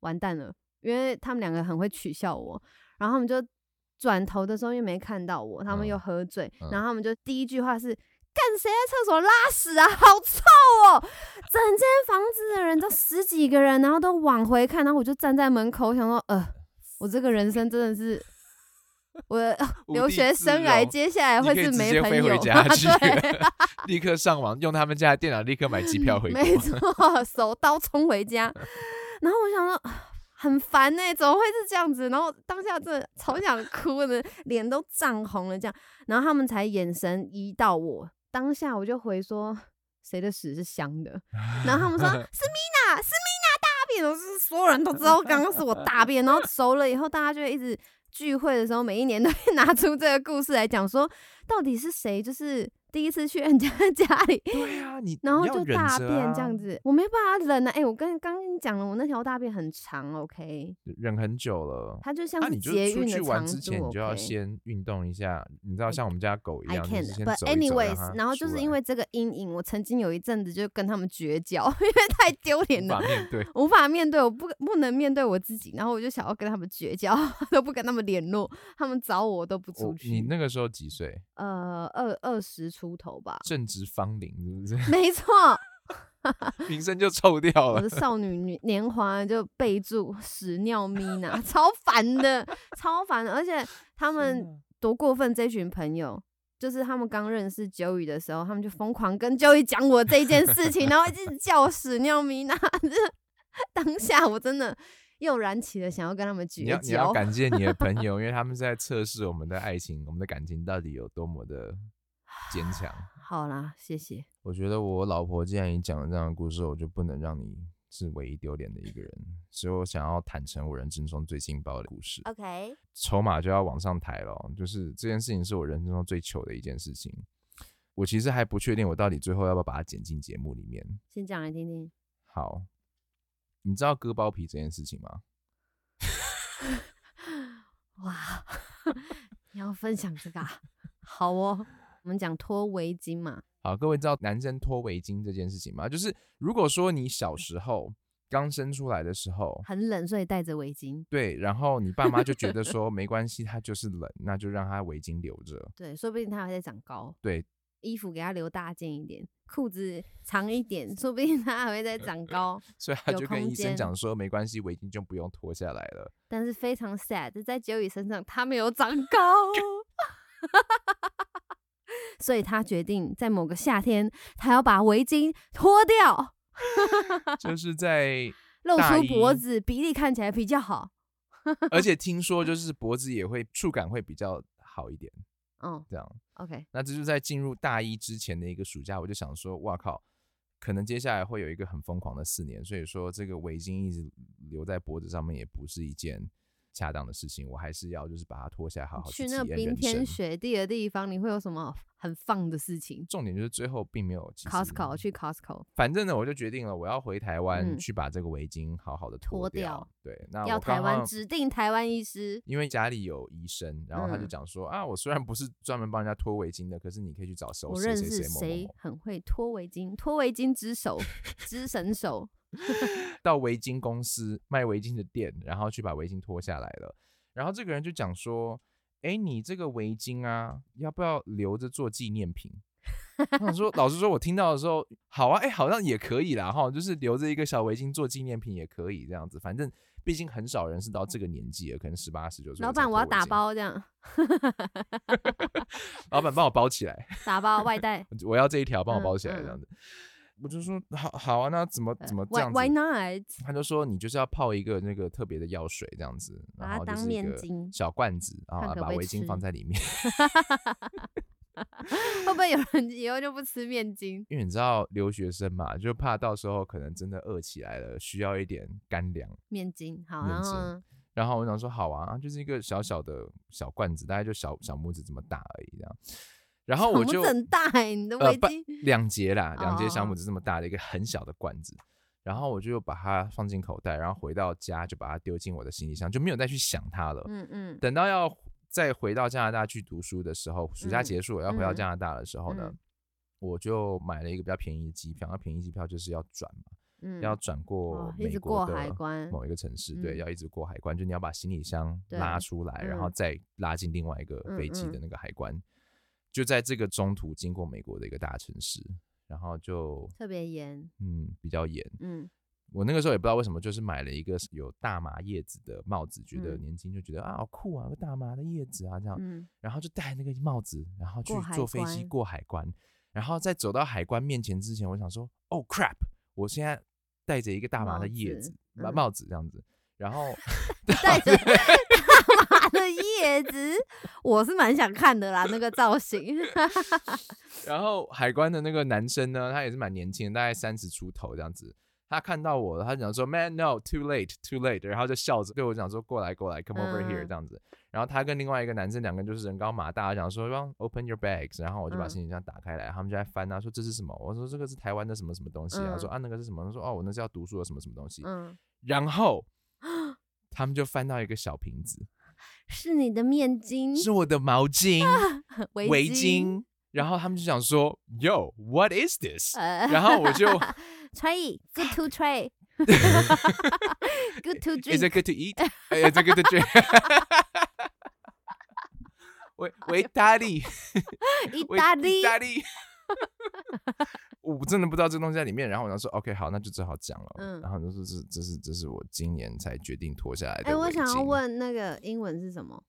Speaker 1: 完蛋了，因为他们两个很会取笑我，然后他们就转头的时候又没看到我，他们又
Speaker 2: 嗯
Speaker 1: 喝醉，
Speaker 2: 嗯
Speaker 1: 然后他们就第一句话是。干谁在厕所拉屎啊？好臭哦！整间房子的人都十几个人，然后都往回看，然后我就站在门口，我想说，呃，我这个人生真的是我的哦
Speaker 2: 无
Speaker 1: 留
Speaker 2: 地
Speaker 1: 学
Speaker 2: 自
Speaker 1: 生涯
Speaker 2: 容
Speaker 1: 接下来
Speaker 2: 你
Speaker 1: 会
Speaker 2: 可以
Speaker 1: 是
Speaker 2: 直
Speaker 1: 没
Speaker 2: 接
Speaker 1: 朋
Speaker 2: 飞
Speaker 1: 友
Speaker 2: 回
Speaker 1: 吗？
Speaker 2: 家去
Speaker 1: 对，
Speaker 2: 立刻上网用他们家的电脑立刻买机票回国。
Speaker 1: 没错，手刀冲回家。然后我想说，啊很烦呢、怎么会是这样子？然后当下真的超想哭的，脸都涨红了这样。然后他们才眼神移到我，当下我就回说。谁的屎是香 的？然后他们说是米娜，是米娜大便，我是所有人都知道刚刚是我大便。然后熟了以后，大家就会一直聚会的时候，每一年都会 拿出这个故事来讲，说到底是谁就是第一次去人家的家里，
Speaker 2: 对啊， 你
Speaker 1: 然
Speaker 2: 你
Speaker 1: 后
Speaker 2: 要
Speaker 1: 就
Speaker 2: 忍
Speaker 1: 大
Speaker 2: 着
Speaker 1: 便这
Speaker 2: 啊
Speaker 1: 样子，我没办法忍啊！哎、我跟刚跟你讲了，我那条大便很长，OK，
Speaker 2: 忍很久了。
Speaker 1: 它就像
Speaker 2: 那、
Speaker 1: 是
Speaker 2: 啊你就
Speaker 1: 捷
Speaker 2: 出
Speaker 1: 运
Speaker 2: 去
Speaker 1: 的
Speaker 2: 玩
Speaker 1: 长
Speaker 2: 之前，
Speaker 1: 度
Speaker 2: 你就要
Speaker 1: ，OK。嗯
Speaker 2: 先运动一下。你知道，像我们家狗一
Speaker 1: I
Speaker 2: 样，就
Speaker 1: can't,
Speaker 2: 是先
Speaker 1: but
Speaker 2: 走一走让
Speaker 1: anyways，
Speaker 2: 它
Speaker 1: 然后就
Speaker 2: 出
Speaker 1: 是
Speaker 2: 来
Speaker 1: 因为这个阴影，我曾经有一阵子就跟他们绝交，因为太丢脸
Speaker 2: 无
Speaker 1: 了
Speaker 2: 法，面对，
Speaker 1: 无法面对，我不不能面对我自己，然后我就想要跟他们绝交， 都不跟他们联络，他们找我都不
Speaker 2: 我
Speaker 1: 出去。
Speaker 2: 哦你那个时候几岁？，
Speaker 1: 呃，二二十出头吧
Speaker 2: 正值芳龄，是不
Speaker 1: 没错，
Speaker 2: 是？名声就臭掉
Speaker 1: 我
Speaker 2: 了。
Speaker 1: 的少女女年华就备注屎尿咪娜，超烦的，超烦的。而且他
Speaker 2: 天
Speaker 1: 们
Speaker 2: 哪
Speaker 1: 多过分，这群朋友就是他们刚认识九宇的时候，他们就疯狂跟九宇讲我这一件事情，然后一直叫我屎尿咪娜。当下我真的又燃起了想要跟他们
Speaker 2: 你
Speaker 1: 绝
Speaker 2: 要你要
Speaker 1: 交。
Speaker 2: 感谢你的 朋友，因为他们是在测试我们的爱情，我们的感情到底有多么的坚强。
Speaker 1: 好啦，谢谢。
Speaker 2: 我觉得我老婆既然你讲了这样的故事，我就不能让你是唯一丢脸的一个人，所以我想要坦诚我人生中最劲爆的故
Speaker 1: 呃
Speaker 2: 事。
Speaker 1: OK，
Speaker 2: 筹码就要往上抬了哦，就是这件事情是我人生中最糗的一件事情。我其实还不确定我到底最后要不要把它剪进节目里面。
Speaker 1: 先讲来听听。
Speaker 2: 好，你知道割包皮这件事情吗？
Speaker 1: 哇， 你要分享这个、啊？ 好哦，我们讲脱围巾嘛。
Speaker 2: 好，各位知道男生脱围巾这件事情吗？就是如果说你小时候刚生出来的时候，
Speaker 1: 很冷，所以戴着围巾。
Speaker 2: 对，然后你爸妈就觉得 说没关系，他就是冷，那就让他围巾留着。
Speaker 1: 对，说不定它还在长高。
Speaker 2: 对，
Speaker 1: 衣服给它留大件一点，裤子长一点，说不定它还会再长 高。
Speaker 2: 所以他
Speaker 1: 有
Speaker 2: 就跟
Speaker 1: 空
Speaker 2: 医生讲
Speaker 1: 间
Speaker 2: 说没关系，围巾就不用脱下来 了。
Speaker 1: 但是非常 sad，在九宇身上它没有长高， 所以他决定在某个夏天，他要把围巾脱掉，
Speaker 2: 就是在
Speaker 1: 露
Speaker 2: 大
Speaker 1: 出脖
Speaker 2: 衣
Speaker 1: 子，比例看起来比较好。
Speaker 2: 而且听说就是脖子也会触感会比较好一点，
Speaker 1: 嗯
Speaker 2: 这样。
Speaker 1: ，OK，
Speaker 2: 那这就是在进入大一之前的一个暑假，我就想说，哇靠，可能接下来会有一个很疯狂的四年，所以说这个围巾一直留在脖子上面也不是一件恰当的事情，我还是要就是把它脱下来，好好
Speaker 1: 去
Speaker 2: 地
Speaker 1: 那
Speaker 2: 体验
Speaker 1: 冰
Speaker 2: 人
Speaker 1: 天
Speaker 2: 生。
Speaker 1: 雪地的地方，你会有什么很放的事情
Speaker 2: 重点就是最后并没有其实
Speaker 1: ？Costco 去 Costco
Speaker 2: 反正呢，我就决定了，我要回台湾
Speaker 1: 嗯
Speaker 2: 去把这个围巾好好的
Speaker 1: 脱
Speaker 2: 掉。
Speaker 1: 掉
Speaker 2: 对，那
Speaker 1: 要
Speaker 2: 啊我刚
Speaker 1: 台湾
Speaker 2: 好
Speaker 1: 指定台湾医师。
Speaker 2: 因为家里有医生，然后他就
Speaker 1: 嗯
Speaker 2: 讲说、啊，我虽然不是专门帮人家脱围巾的，可是你可以去找熟
Speaker 1: 我
Speaker 2: 谁
Speaker 1: 认
Speaker 2: 谁
Speaker 1: 识
Speaker 2: 谁某某
Speaker 1: 谁
Speaker 2: 某，
Speaker 1: 很会脱围巾，脱围巾之手，之神手。
Speaker 2: 到围巾公司卖围巾的店，然后去把围巾脱下来了。然后这个人就讲说，哎，你这个围巾啊，要不要留着做纪念品？ 我想说，老实说，我听到的时候，好啊，哎，好像也可以啦，哈，就是留着一个小围巾做纪念品也可以，这样子，反正毕竟很少人是到这个年纪了，可能十八十九岁。
Speaker 1: 老板，我要打，包这样，
Speaker 2: 老板帮我包起来。
Speaker 1: 打包外带。
Speaker 2: 我要这一条，帮我
Speaker 1: 嗯呃
Speaker 2: 包起来这样子。我就说好好啊，那怎么怎么这
Speaker 1: Why
Speaker 2: 样
Speaker 1: Why
Speaker 2: 子？
Speaker 1: not？
Speaker 2: 他就说你就是要泡一个那个特别的药水这样子，
Speaker 1: 把
Speaker 2: 然
Speaker 1: 它
Speaker 2: 后就
Speaker 1: 当
Speaker 2: 是一
Speaker 1: 面
Speaker 2: 个
Speaker 1: 巾
Speaker 2: 小罐子，然
Speaker 1: 看
Speaker 2: 后
Speaker 1: 可
Speaker 2: 把
Speaker 1: 不可以
Speaker 2: 围巾放
Speaker 1: 吃
Speaker 2: 在里面。
Speaker 1: 会不会有人以后就不吃面筋？
Speaker 2: 因为你知道留学生嘛，就怕到时候可能真的饿起来了，需要一点干粮。
Speaker 1: 面筋好，
Speaker 2: 面
Speaker 1: 然后
Speaker 2: 筋
Speaker 1: 呢
Speaker 2: 然后我想说好啊，就是一个小小的小罐子，大概就小小拇指这么大而已这样。然后我
Speaker 1: 小拇
Speaker 2: 就
Speaker 1: 指很大欸你的
Speaker 2: 呃
Speaker 1: 围
Speaker 2: 不
Speaker 1: 巾。
Speaker 2: 两节啦，两节小
Speaker 1: 哦
Speaker 2: 拇指这么大的一个很小的罐子，然后我就把它放进口袋，然后回到家就把它丢进我的行李箱，就没有再去想它了。
Speaker 1: 嗯嗯，
Speaker 2: 等到要再回到加拿大去读书的时候，暑假
Speaker 1: 嗯
Speaker 2: 结束我要回到
Speaker 1: 嗯
Speaker 2: 加拿大的时候呢，
Speaker 1: 嗯
Speaker 2: 我就买了一个比较便宜的机票，那便宜机票就是要转嘛，
Speaker 1: 嗯
Speaker 2: 要转过
Speaker 1: 哦一
Speaker 2: 美
Speaker 1: 直
Speaker 2: 国
Speaker 1: 过
Speaker 2: 的
Speaker 1: 海关。
Speaker 2: 某一个城市，
Speaker 1: 嗯
Speaker 2: 对，要一直过海关，就你要把行李箱
Speaker 1: 对
Speaker 2: 拉出来，然后
Speaker 1: 嗯
Speaker 2: 再拉进另外一个
Speaker 1: 嗯
Speaker 2: 飞机的那个海关，就在这个中途经过美国的一个大城市，然后就
Speaker 1: 特别严，
Speaker 2: 嗯比较严，
Speaker 1: 嗯，
Speaker 2: 我那个时候也不知道为什么，就是买了一个有大麻叶子的帽子，觉得
Speaker 1: 嗯
Speaker 2: 年轻就觉得啊好酷啊，有个大麻的叶子啊这样，
Speaker 1: 嗯，
Speaker 2: 然后就戴那个帽子，然后去
Speaker 1: 过海
Speaker 2: 坐飞机
Speaker 1: 关
Speaker 2: 过海关，然后在走到海关面前之前，我想说，哦 crap，我现在戴着一个大麻的
Speaker 1: 帽
Speaker 2: 叶
Speaker 1: 子
Speaker 2: 子帽
Speaker 1: 嗯
Speaker 2: 帽子这样子，然后
Speaker 1: 带着 大麻的叶子，我是蛮想看的啦，那个造型。
Speaker 2: 嗯然后海关的那个男生呢，他也是蛮年轻的，大概三十出头这样子。他看到我，他讲说，Man, no, too late, too late，然后就笑着对我讲说，过来，过来，come over here
Speaker 1: 嗯
Speaker 2: 这样子。然后他跟另外一个男生，两个人就是人高马大，讲说，well, open your bags，然后我就把
Speaker 1: 嗯
Speaker 2: 行李箱打开来，他们就在翻啊，说这是什么？我说这个是台湾的什么什么东西啊？
Speaker 1: 嗯
Speaker 2: 说啊那个是什么？他说哦，我那是要读书的什么什么东西。
Speaker 1: 嗯，啊
Speaker 2: 然后他们就翻到一个小瓶子，
Speaker 1: 是你的面巾、
Speaker 2: 是我的毛巾、
Speaker 1: 啊围
Speaker 2: 围巾，然后他们就想说，Yo, what is this？
Speaker 1: 呃
Speaker 2: 然后我 就
Speaker 1: try good to try good to
Speaker 2: Is
Speaker 1: drink
Speaker 2: it good to eat? Uh, Is it good to drink? 维 维达利，
Speaker 1: 意
Speaker 2: 维
Speaker 1: 大利
Speaker 2: 意，大利。我真的不知道这个东西在里面，然后我就说 OK，好，那就只好讲了。
Speaker 1: 嗯
Speaker 2: 然后就是这这是这是我今年才决定脱下来的。
Speaker 1: 哎、我想要，问那个英文是什么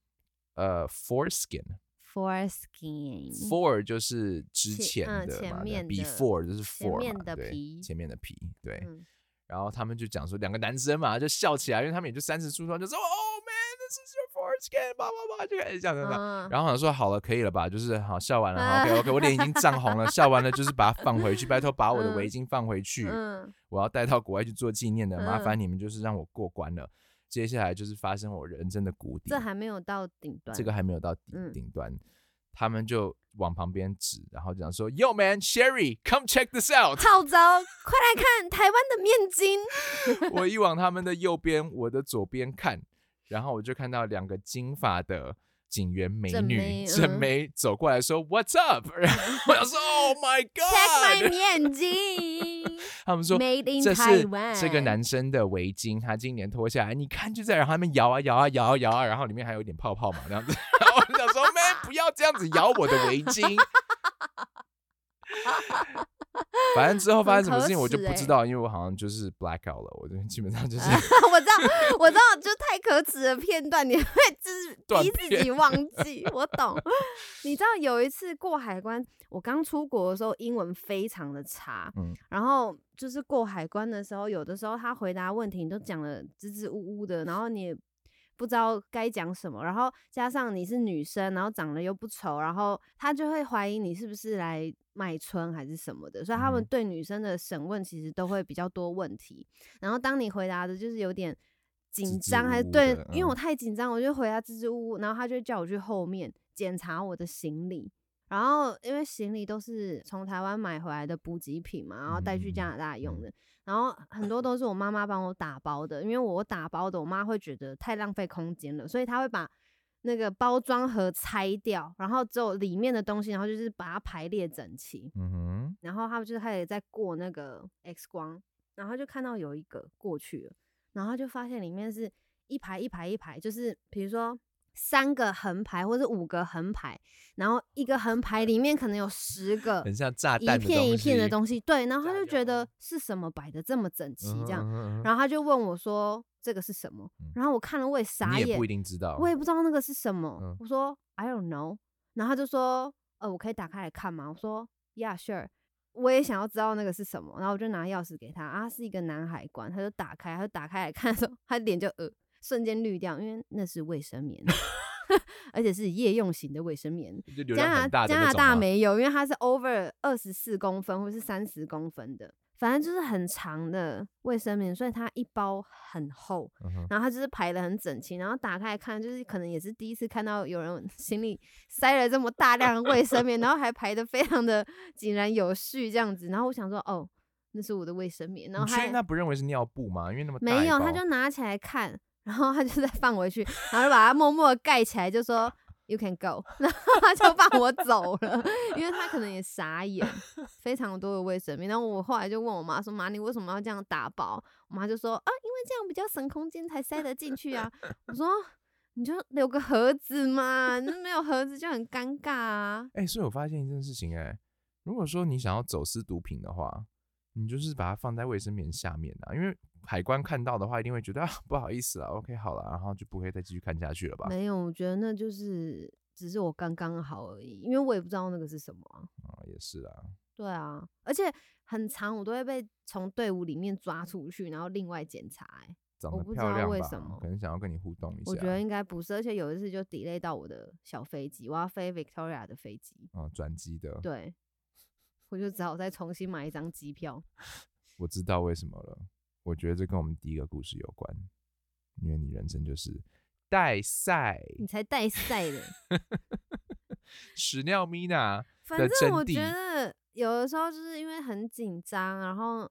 Speaker 2: 呃，foreskin，for
Speaker 1: ？Foreskin，
Speaker 2: 就是之
Speaker 1: 前
Speaker 2: 前
Speaker 1: 嗯
Speaker 2: 的
Speaker 1: 前
Speaker 2: 嘛
Speaker 1: 面的
Speaker 2: ，before 就是
Speaker 1: 前
Speaker 2: for
Speaker 1: 面
Speaker 2: 嘛
Speaker 1: 的
Speaker 2: 对
Speaker 1: 皮
Speaker 2: 前面的皮，对。
Speaker 1: 嗯
Speaker 2: 然后他们就讲说，两个男生嘛就笑起来，因为他们也就三十出头，就说 Oh man, this is your foreskin，叭叭叭，就开始讲讲讲。
Speaker 1: 嗯，
Speaker 2: 然后想说好了，可以了吧？就是好笑完了，好 OK OK，我脸已经涨红了，笑完了就是把它放回去，拜托把我的围巾放回去，
Speaker 1: 嗯
Speaker 2: 我要带到国外去做纪念的，麻
Speaker 1: 嗯
Speaker 2: 烦你们就是让我过关了。接下来就是发生我人生的谷底
Speaker 1: 这，还没有到顶端，
Speaker 2: 这个还没有到顶
Speaker 1: 嗯
Speaker 2: 顶端，他们就往旁边指，然后讲说，Yo man Sherry，come check this out。
Speaker 1: 号召，快来看台湾的面巾，
Speaker 2: 我一往他们的右边，我的左边看，然后我就看到两个金发的警员美
Speaker 1: 正
Speaker 2: 女
Speaker 1: 妹
Speaker 2: 正
Speaker 1: 嗯
Speaker 2: 妹走过来说 “What's up”，然后我想说 “Oh my
Speaker 1: check my
Speaker 2: God”，
Speaker 1: 面巾
Speaker 2: 他们说。
Speaker 1: ，Made in
Speaker 2: 这是
Speaker 1: Taiwan，
Speaker 2: 这个男生的围巾，他今年脱下来，你看就在，然后他们摇啊摇啊摇啊摇啊，然后里面还有一点泡泡嘛，这样子。 然后我就想说，man，不要这样子摇我的围巾。反正之后发生什么事情我就不知道，因为我好像就是 black out 了，我就基本上就是
Speaker 1: 我知道，我知道，就太可耻的片段，你会就是
Speaker 2: 断
Speaker 1: 逼自己忘记。我懂， 你知道有一次过海关，我刚出国的时候英文非常的差，
Speaker 2: 嗯
Speaker 1: 然后就是过海关的时候，有的时候他回答问题你都讲的支支吾吾的，然后你也不知道该讲什么，然后加上你是女生，然后长得又不丑，然后他就会怀疑你是不是来卖春还是什么的，所以他们
Speaker 2: 嗯
Speaker 1: 对女生的审问其实都会比较多问题。然后当你回答的就是有点紧
Speaker 2: 支
Speaker 1: 张，还是
Speaker 2: 吾吾
Speaker 1: 对
Speaker 2: 的，
Speaker 1: 因为我
Speaker 2: 嗯
Speaker 1: 太紧张，我就回答支支吾吾，然后他就叫我去后面检查我的行李。然后，因为行李都是从台湾买回来的补给品嘛，然后带去加
Speaker 2: 嗯
Speaker 1: 拿大用
Speaker 2: 嗯
Speaker 1: 的，然后很多都是我妈妈帮我打包的，因为我打包的，我妈会觉得太浪费空间了，所以她会把那个包装盒拆掉，然后只有里面的东西，然后就是把它排列整齐。
Speaker 2: 嗯哼。
Speaker 1: 然后他们就开始在过那个 X 光，然后就看到有一个过去了，然后就发现里面是一排一排一排，就是比如说三个横排或者五个横排，然后一个横排里面可能有十个
Speaker 2: 很像炸
Speaker 1: 一
Speaker 2: 弹的
Speaker 1: 片一
Speaker 2: 东
Speaker 1: 片的
Speaker 2: 西
Speaker 1: 东西，对，然后他
Speaker 2: 炸
Speaker 1: 就
Speaker 2: 药
Speaker 1: 觉得是什么摆的这么整齐这样，
Speaker 2: 嗯哼，
Speaker 1: 然后他就问我说这个是什么
Speaker 2: 嗯，
Speaker 1: 然后我看了我也
Speaker 2: 嗯哼
Speaker 1: 傻
Speaker 2: 你也
Speaker 1: 眼
Speaker 2: 不一，定知道，
Speaker 1: 我也不知道那个是什么。
Speaker 2: 嗯
Speaker 1: 我说 I don't know，然后他就说呃，我可以打开来看吗？我说 Yeah sure，我也想要知道那个是什么，然后我就拿钥匙给他，啊，是一个南海关，他就打开，他就打开来看的时候，他脸就呃瞬间绿掉，因为那是卫生棉， 而且是夜用型的卫生棉。
Speaker 2: 就流量
Speaker 1: 加
Speaker 2: 很
Speaker 1: 拿
Speaker 2: 大的
Speaker 1: 加
Speaker 2: 那
Speaker 1: 拿
Speaker 2: 种
Speaker 1: 大
Speaker 2: 吗，
Speaker 1: 没有，因为它是 over 二十四公分或是三十公分的，反正就是很长的卫生棉，所以它一包很厚，
Speaker 2: 嗯哼
Speaker 1: 然后它就是排的很整齐，然后打开来看，就是可能也是第一次看到有人 行李塞了这么大量的卫生棉，然后还排的非常的井然有序这样子，然后我想说，哦，那是我的卫生棉，然后
Speaker 2: 你确
Speaker 1: 还
Speaker 2: 定他不认为是尿布吗？因为那么大
Speaker 1: 没
Speaker 2: 一
Speaker 1: 有，
Speaker 2: 包
Speaker 1: 他就拿起来看，然后他就 再放回去，然后就把它默默地盖起来，就说 “You can go”，然 后他就放我走了，因为他可能也傻眼，非常多的卫生棉。然后我后来就问我妈说：“妈，你为什么要这样打包？”我妈就说：“啊，因为这样比较省空间，才塞得进去啊。”我说。你就留个盒子嘛，那没有盒子就很尴尬啊。
Speaker 2: 哎、所以我发现一件事情、哎，如果说你想要走私毒品的话，你就是把它放在卫生棉下面啊，因为海关看到的话，一定会觉得啊不好意思啊，OK 好了，然后就不会再继续看下去了吧？
Speaker 1: 没有，我觉得那就是只是我刚刚好而已，因为我也不知道那个是什么啊。
Speaker 2: 啊，也是啊，
Speaker 1: 对啊，而且很长，我都会被从队伍里面抓出去，然后另外检查、欸。
Speaker 2: 长
Speaker 1: 我
Speaker 2: 得
Speaker 1: 不知
Speaker 2: 漂
Speaker 1: 道
Speaker 2: 亮
Speaker 1: 为
Speaker 2: 吧
Speaker 1: 什么？
Speaker 2: 可能想要跟你互动一下。
Speaker 1: 我觉得应该不是，而且有一次就 delay 到我的小飞机，我要飞 Victoria 的飞机，
Speaker 2: 啊，转机的，
Speaker 1: 对，我就只好再重新买一张机票。
Speaker 2: 我知道为什么了。我觉得这跟我们第一个故事有关，因为你人生就是带赛
Speaker 1: 你才 带赛的，
Speaker 2: 屎尿咪娜，
Speaker 1: 反
Speaker 2: 的真
Speaker 1: 正我觉
Speaker 2: 谛
Speaker 1: 得有的时候就是因为很紧张，然后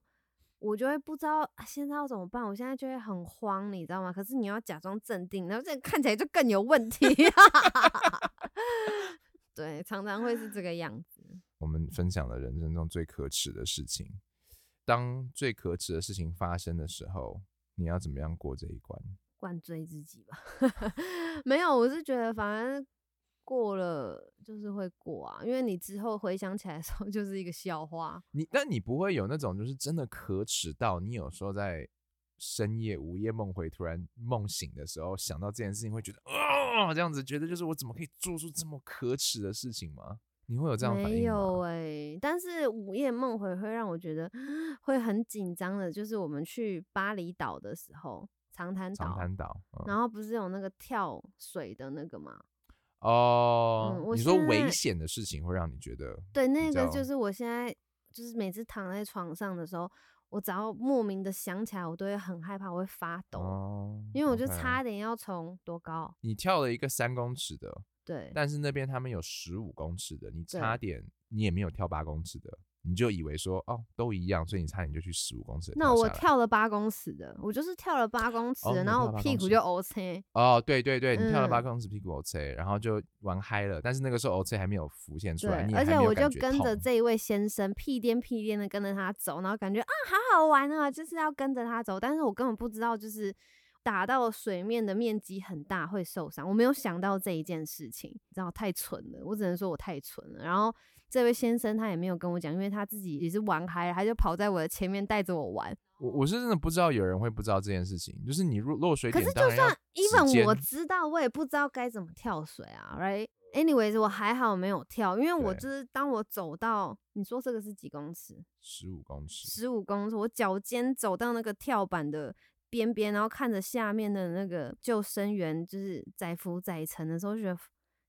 Speaker 1: 我就会不知道啊现在要怎么办，我现在就会很慌，你知道吗？可是你要假装镇定，然后这样看起来就更有问题。对，常常会是这个样子。
Speaker 2: 我们分享了人生中最可耻的事情。当最可耻的事情发生的时候，你要怎么样过这一关？
Speaker 1: 灌醉自己吧。 没有，我是觉得反正过了就是会过啊，因为你之后回想起来的时候就是一个笑话。
Speaker 2: 你但你不会有那种就是真的可耻到你有时候在深夜午夜梦回突然梦醒的时候想到这件事情会觉得啊、这样子觉得就是我怎么可以做出这么可耻的事情吗？你会有这样的反
Speaker 1: 没
Speaker 2: 应
Speaker 1: 有
Speaker 2: 吗？
Speaker 1: 哎、但是午夜梦回会让我觉得会很紧张的，就是我们去巴厘岛的时候，长滩岛，
Speaker 2: 长滩岛，嗯
Speaker 1: 然后不是有那个跳水的那个吗？
Speaker 2: 哦
Speaker 1: 嗯，我
Speaker 2: 你说
Speaker 1: 现
Speaker 2: 危
Speaker 1: 在
Speaker 2: 险的事情会让你觉得
Speaker 1: 对，那
Speaker 2: 比
Speaker 1: 个
Speaker 2: 较
Speaker 1: 就是我现在就是每次躺在床上的时候，我只要莫名的想起来，我都会很害怕，我会发抖。
Speaker 2: 哦，
Speaker 1: 因为我就
Speaker 2: OK
Speaker 1: 差点要从多高，
Speaker 2: 你跳了一个三公尺的，
Speaker 1: 对
Speaker 2: 但是那边他们有十五公尺的，你
Speaker 1: 对
Speaker 2: 差点你也没有跳八公尺的，你就以为说哦都一样，所以你差点就去十五公尺的
Speaker 1: 那我
Speaker 2: 下来
Speaker 1: 跳了八公尺的，我就是跳了八公尺
Speaker 2: 哦
Speaker 1: 的，
Speaker 2: 你
Speaker 1: 然后
Speaker 2: 跳
Speaker 1: 我
Speaker 2: 8
Speaker 1: 屁
Speaker 2: 公
Speaker 1: 股
Speaker 2: 尺
Speaker 1: 就 O C，
Speaker 2: 哦，对对对，你跳了八
Speaker 1: 嗯
Speaker 2: 公尺屁股 OK，然后就玩嗨了，但是那个时候 OK 还没有浮现出
Speaker 1: 对
Speaker 2: 来，你，也
Speaker 1: 而
Speaker 2: 还
Speaker 1: 且
Speaker 2: 没有
Speaker 1: 我就
Speaker 2: 感觉
Speaker 1: 跟着
Speaker 2: 痛
Speaker 1: 这一位先生屁颠屁颠的跟着他走，然后感觉啊好好玩啊，就是要跟着他走，但是我根本不知道就是打到水面的面积很大会受伤，我没有想到这一件事情，你知道太蠢了，我只能说我太蠢了。然后这位先生他也没有跟我讲，因为他自己也是玩嗨了，他就跑在我的前面带着我玩。
Speaker 2: 我我是真的不知道有人会不知道这件事情，就是你落落水
Speaker 1: 可
Speaker 2: 点
Speaker 1: 是
Speaker 2: 当
Speaker 1: 就
Speaker 2: 然要
Speaker 1: 算
Speaker 2: 哎指
Speaker 1: even 我
Speaker 2: 尖
Speaker 1: 知道，我也不知道该怎么跳水啊，right？Anyways，我还好没有跳，因为我
Speaker 2: 对
Speaker 1: 就是当我走到你说这个是几公尺，
Speaker 2: 十五公尺，
Speaker 1: 十五公尺，我脚尖走到那个跳板的边边，然后看着下面的那个救生员就是载浮载沉的时候，就觉得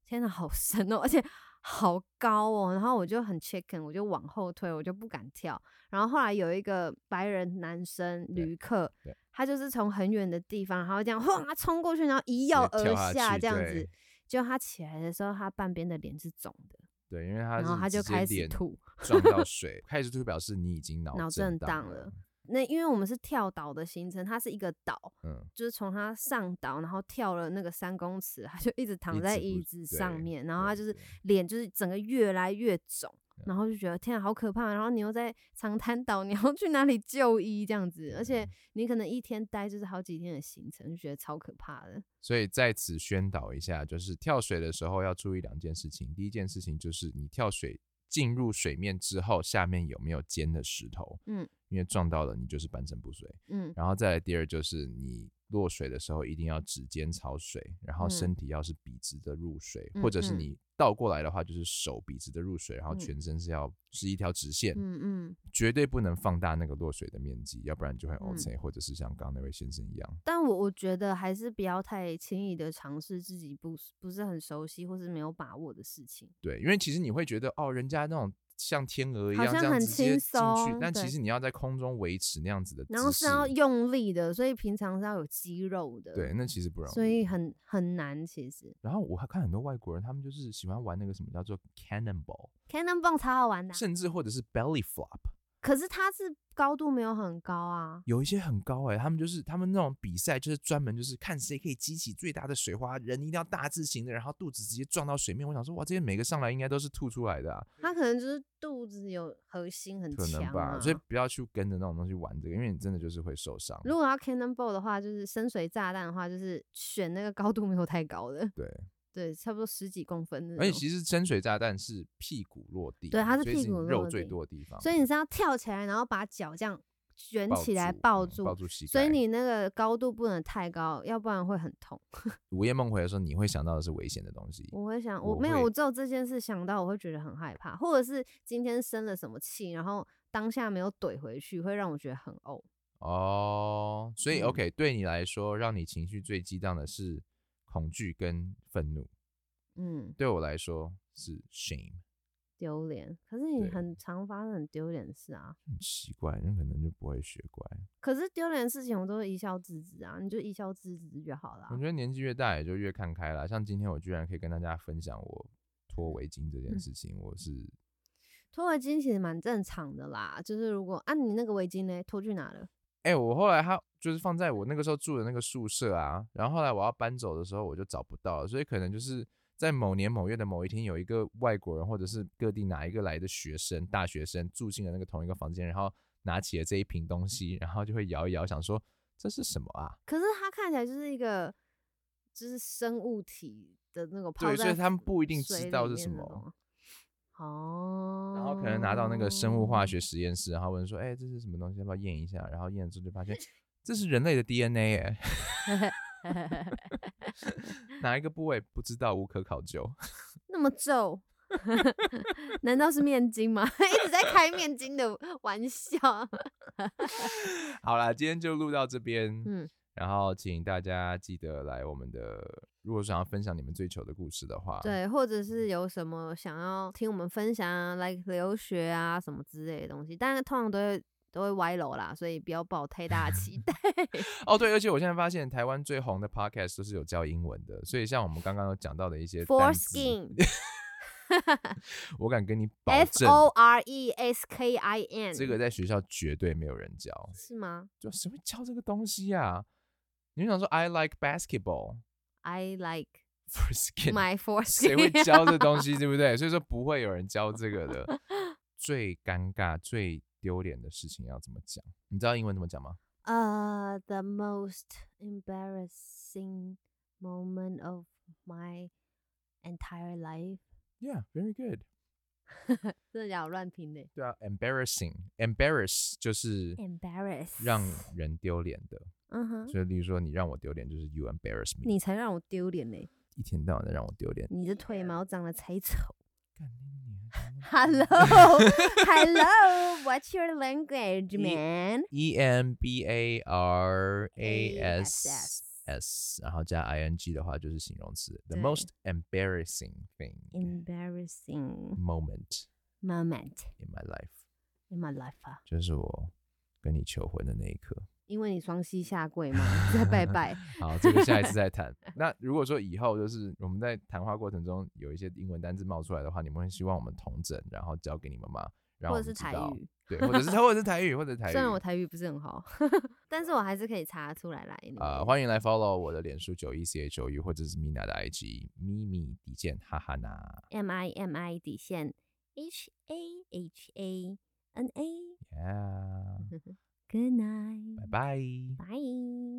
Speaker 1: 天哪，好 深哦，而且好高哦，然后我就很 chicken，我就往后退，我就不敢跳。然后后来有一个白人男生
Speaker 2: 对
Speaker 1: 旅客
Speaker 2: 对，
Speaker 1: 他就是从很远的地方，然后这样哗冲过去，然后一跃
Speaker 2: 直接跳
Speaker 1: 而
Speaker 2: 下
Speaker 1: 下
Speaker 2: 去
Speaker 1: 这样
Speaker 2: 对
Speaker 1: 子。结果他起来的时候，他半边的脸是肿的，
Speaker 2: 对，因为他
Speaker 1: 然后
Speaker 2: 是
Speaker 1: 他就
Speaker 2: 直接
Speaker 1: 开始
Speaker 2: 脸
Speaker 1: 吐。
Speaker 2: 撞到水，开始吐表示你已经脑
Speaker 1: 脑震
Speaker 2: 震
Speaker 1: 荡了
Speaker 2: 了，
Speaker 1: 那因为我们是跳岛的行程，它是一个岛，
Speaker 2: 嗯，
Speaker 1: 就是从他上岛，然后跳了那个三公尺，他就一直躺
Speaker 2: 一
Speaker 1: 在
Speaker 2: 直不
Speaker 1: 椅子上
Speaker 2: 对
Speaker 1: 面，然后他
Speaker 2: 对
Speaker 1: 就是
Speaker 2: 对嗯
Speaker 1: 脸就是整个越来越肿，然后就觉得天啊好可怕，然后你又在长滩岛，你要去哪里就医这样子，而
Speaker 2: 嗯
Speaker 1: 且你可能一天待就是好几天的行程，就觉得超可怕的。
Speaker 2: 所以在此宣导一下，就是跳水的时候要注意两件事情。第一件事情就是你跳水进入水面之后，下面有没有尖的石头，
Speaker 1: 嗯，
Speaker 2: 因为撞到了你就是半身不遂。
Speaker 1: 嗯，
Speaker 2: 然后再来第二就是你落水的时候一定要指尖朝水，然后
Speaker 1: 嗯
Speaker 2: 身体要是笔直的入水，
Speaker 1: 嗯
Speaker 2: 或者是
Speaker 1: 嗯
Speaker 2: 你倒过来的话就是手笔直的入水，然后
Speaker 1: 嗯
Speaker 2: 全身是要是一条直线，
Speaker 1: 嗯嗯，
Speaker 2: 绝对不能放大那个落水的面积，要不然就会
Speaker 1: 嗯
Speaker 2: OK，、或者是像刚刚那位先生一样。
Speaker 1: 但我我觉得还是不要太轻易的尝试自己不是不是很熟悉或是没有把握的事情。
Speaker 2: 对，因为其实你会觉得哦，人家那种像天鹅一
Speaker 1: 好
Speaker 2: 样这
Speaker 1: 像
Speaker 2: 样
Speaker 1: 很
Speaker 2: 直接
Speaker 1: 轻
Speaker 2: 进去
Speaker 1: 松，
Speaker 2: 但其
Speaker 1: 对
Speaker 2: 实你要在空中维持那样子的姿势，
Speaker 1: 然后是要用力的，所以平常是要有肌肉的。
Speaker 2: 对，，那其实不容易。
Speaker 1: 所以很很难其实。
Speaker 2: 然后我还看很多外国人，他们就是喜欢玩那个什么叫做 cannonball，、
Speaker 1: Cannon 棒超好玩的啊、
Speaker 2: 甚至或者是 belly flop，
Speaker 1: 可是它是高度没有很高啊。
Speaker 2: 有一些很高哎、他们就是他们那种比赛就是专门就是看谁可以激起最大的水花，人一定要大字型的，然后肚子直接撞到水面。我想说哇，这些每个上来应该都是吐出来的、啊，
Speaker 1: 它可能就是肚子有核心很
Speaker 2: 可
Speaker 1: 强、
Speaker 2: 能
Speaker 1: 啊、
Speaker 2: 吧，所以不要去跟着那种东西玩这个，因为你真的就是会受伤。
Speaker 1: 如果要 Cannon Ball 的话，就是深水炸弹的话，就是选那个高度没有太高的。
Speaker 2: 对，
Speaker 1: 对，差不多十几公分那
Speaker 2: 而且
Speaker 1: 种
Speaker 2: 其实深水炸弹是屁股落地，
Speaker 1: 对它是
Speaker 2: 所以
Speaker 1: 屁股
Speaker 2: 你
Speaker 1: 落
Speaker 2: 肉最
Speaker 1: 地
Speaker 2: 多的地方，
Speaker 1: 所以你是要跳起来，然后把脚这样卷
Speaker 2: 抱
Speaker 1: 起来
Speaker 2: 住
Speaker 1: 抱
Speaker 2: 嗯
Speaker 1: 住，
Speaker 2: 抱住膝盖。
Speaker 1: 所以你那个高度不能太高，要不然会很痛。
Speaker 2: 午夜梦回的时候，你会想到的是危险的东西。
Speaker 1: 我会想，
Speaker 2: 我
Speaker 1: 我没有，
Speaker 2: 会
Speaker 1: 我只有这件事想到，我会觉得很害怕，或者是今天生了什么气，然后当下没有怼回去，会让我觉得很呕。
Speaker 2: 哦，所以
Speaker 1: 嗯
Speaker 2: OK，对你来说，让你情绪最激荡的是恐惧跟愤怒，
Speaker 1: 嗯，
Speaker 2: 对我来说是 shame。
Speaker 1: 丢脸。可是你
Speaker 2: 对
Speaker 1: 很常发生很丢脸的事啊。
Speaker 2: 很奇怪，那可能就不会学乖。
Speaker 1: 可是丢脸的事情我都会一笑置之啊，你就一笑置之就好了
Speaker 2: 我。觉得年纪越大，也就越看开了。像今天，我居然可以跟大家分享我脱围巾这件
Speaker 1: 嗯
Speaker 2: 事情，我是
Speaker 1: 脱围巾其实蛮正常的啦，就是如果啊你那个围巾呢，脱去哪了？
Speaker 2: 哎、我后来他就是放在我那个时候住的那个宿舍啊，然后后来我要搬走的时候我就找不到了，所以可能就是在某年某月的某一天，有一个外国人或者是各地哪一个来的学生、大学生住进了那个同一个房间，然后拿起了这一瓶东西，然后就会摇一摇，想说这是什么啊？
Speaker 1: 可是它看起来就是一个就是生物体的那个泡
Speaker 2: 对，所以
Speaker 1: 在
Speaker 2: 他们
Speaker 1: 水
Speaker 2: 不一定知
Speaker 1: 水
Speaker 2: 道
Speaker 1: 里
Speaker 2: 是
Speaker 1: 面
Speaker 2: 什
Speaker 1: 那
Speaker 2: 么
Speaker 1: 种。啊。哦，
Speaker 2: 然后可能拿到那个生物化学实验室，然后问说：“哎、这是什么东西？要不要验一下？”然后验了之后就发现这是人类的 DNA 耶， 哪一个部位不知道，无可考究。
Speaker 1: 那么皱， 难道是面筋吗？ 一直在开面筋的玩笑。
Speaker 2: 好啦，今天就录到这边。
Speaker 1: 嗯
Speaker 2: 嗯，然后请大家记得来我们的，如果想要分享你们最糗的故事的话，，
Speaker 1: 对，或者是有什么想要听我们分享啊，来留学啊什么之类的东西，但是通常都会都会歪楼啦，所以不要抱太大的期 待。
Speaker 2: 哦对，而且我现在发现台湾最红的 podcast 都是有教英文的，所以像我们刚刚有讲到的一些单词
Speaker 1: Foreskin
Speaker 2: 我敢跟你 保
Speaker 1: F
Speaker 2: 证，
Speaker 1: O R E S K I N，
Speaker 2: 这个在学校绝对没有人教，
Speaker 1: 是吗
Speaker 2: 就谁会教这个东西啊？你就想说 I like basketball
Speaker 1: ？I like
Speaker 2: for skin，
Speaker 1: my
Speaker 2: 谁会
Speaker 1: foreskin。
Speaker 2: 教这东西，对不对？所以说不会有人教这个 的。最尴尬、最丢脸的事情要怎么讲？你知道英文怎么讲吗？
Speaker 1: 呃、t h e most embarrassing moment of my entire life，
Speaker 2: Yeah, very good.
Speaker 1: 真的假的？我乱拼的。
Speaker 2: 对啊，embarrassing, embarrass 就是
Speaker 1: Embarrass，Uh-huh.
Speaker 2: 让人丢脸的。
Speaker 1: 嗯哼，
Speaker 2: 所以，例如说你让我丢脸，就是 you embarrass me。
Speaker 1: 你才让我丢脸嘞！
Speaker 2: 一天到晚的让我丢脸。
Speaker 1: 你的腿毛长得才丑。
Speaker 2: 干你 娘
Speaker 1: Hello，Hello，What's your language,
Speaker 2: 一
Speaker 1: man？
Speaker 2: E M B A R A
Speaker 1: ASS
Speaker 2: S S，然后加 I N G 的话就是形容词。The
Speaker 1: 对
Speaker 2: most embarrassing thing
Speaker 1: Embarrassing
Speaker 2: moment
Speaker 1: moment
Speaker 2: in my life，
Speaker 1: in my life 啊，
Speaker 2: 就是我跟你求婚的那一刻。
Speaker 1: 因为你双膝下跪嘛，在拜拜。
Speaker 2: 好，这个下一次再 谈。那如果说以后就是我们在谈话过程中有一些英文单字冒出来的话，你们会希望我们同整，然后教给你们吗？然后
Speaker 1: 或者是台语，
Speaker 2: 对，或者是或者是台语，或者是台 语。
Speaker 1: 虽然我台语不是很好， 但是我还是可以查出来啦。
Speaker 2: 呃，欢迎来 follow 我的脸书九一 C H O U 或者是 Mina 的 IG 咪咪底见哈哈呐。
Speaker 1: M I M I 底线 H A H A N A。
Speaker 2: Yeah，嗯
Speaker 1: Good night，
Speaker 2: 拜拜。
Speaker 1: 拜。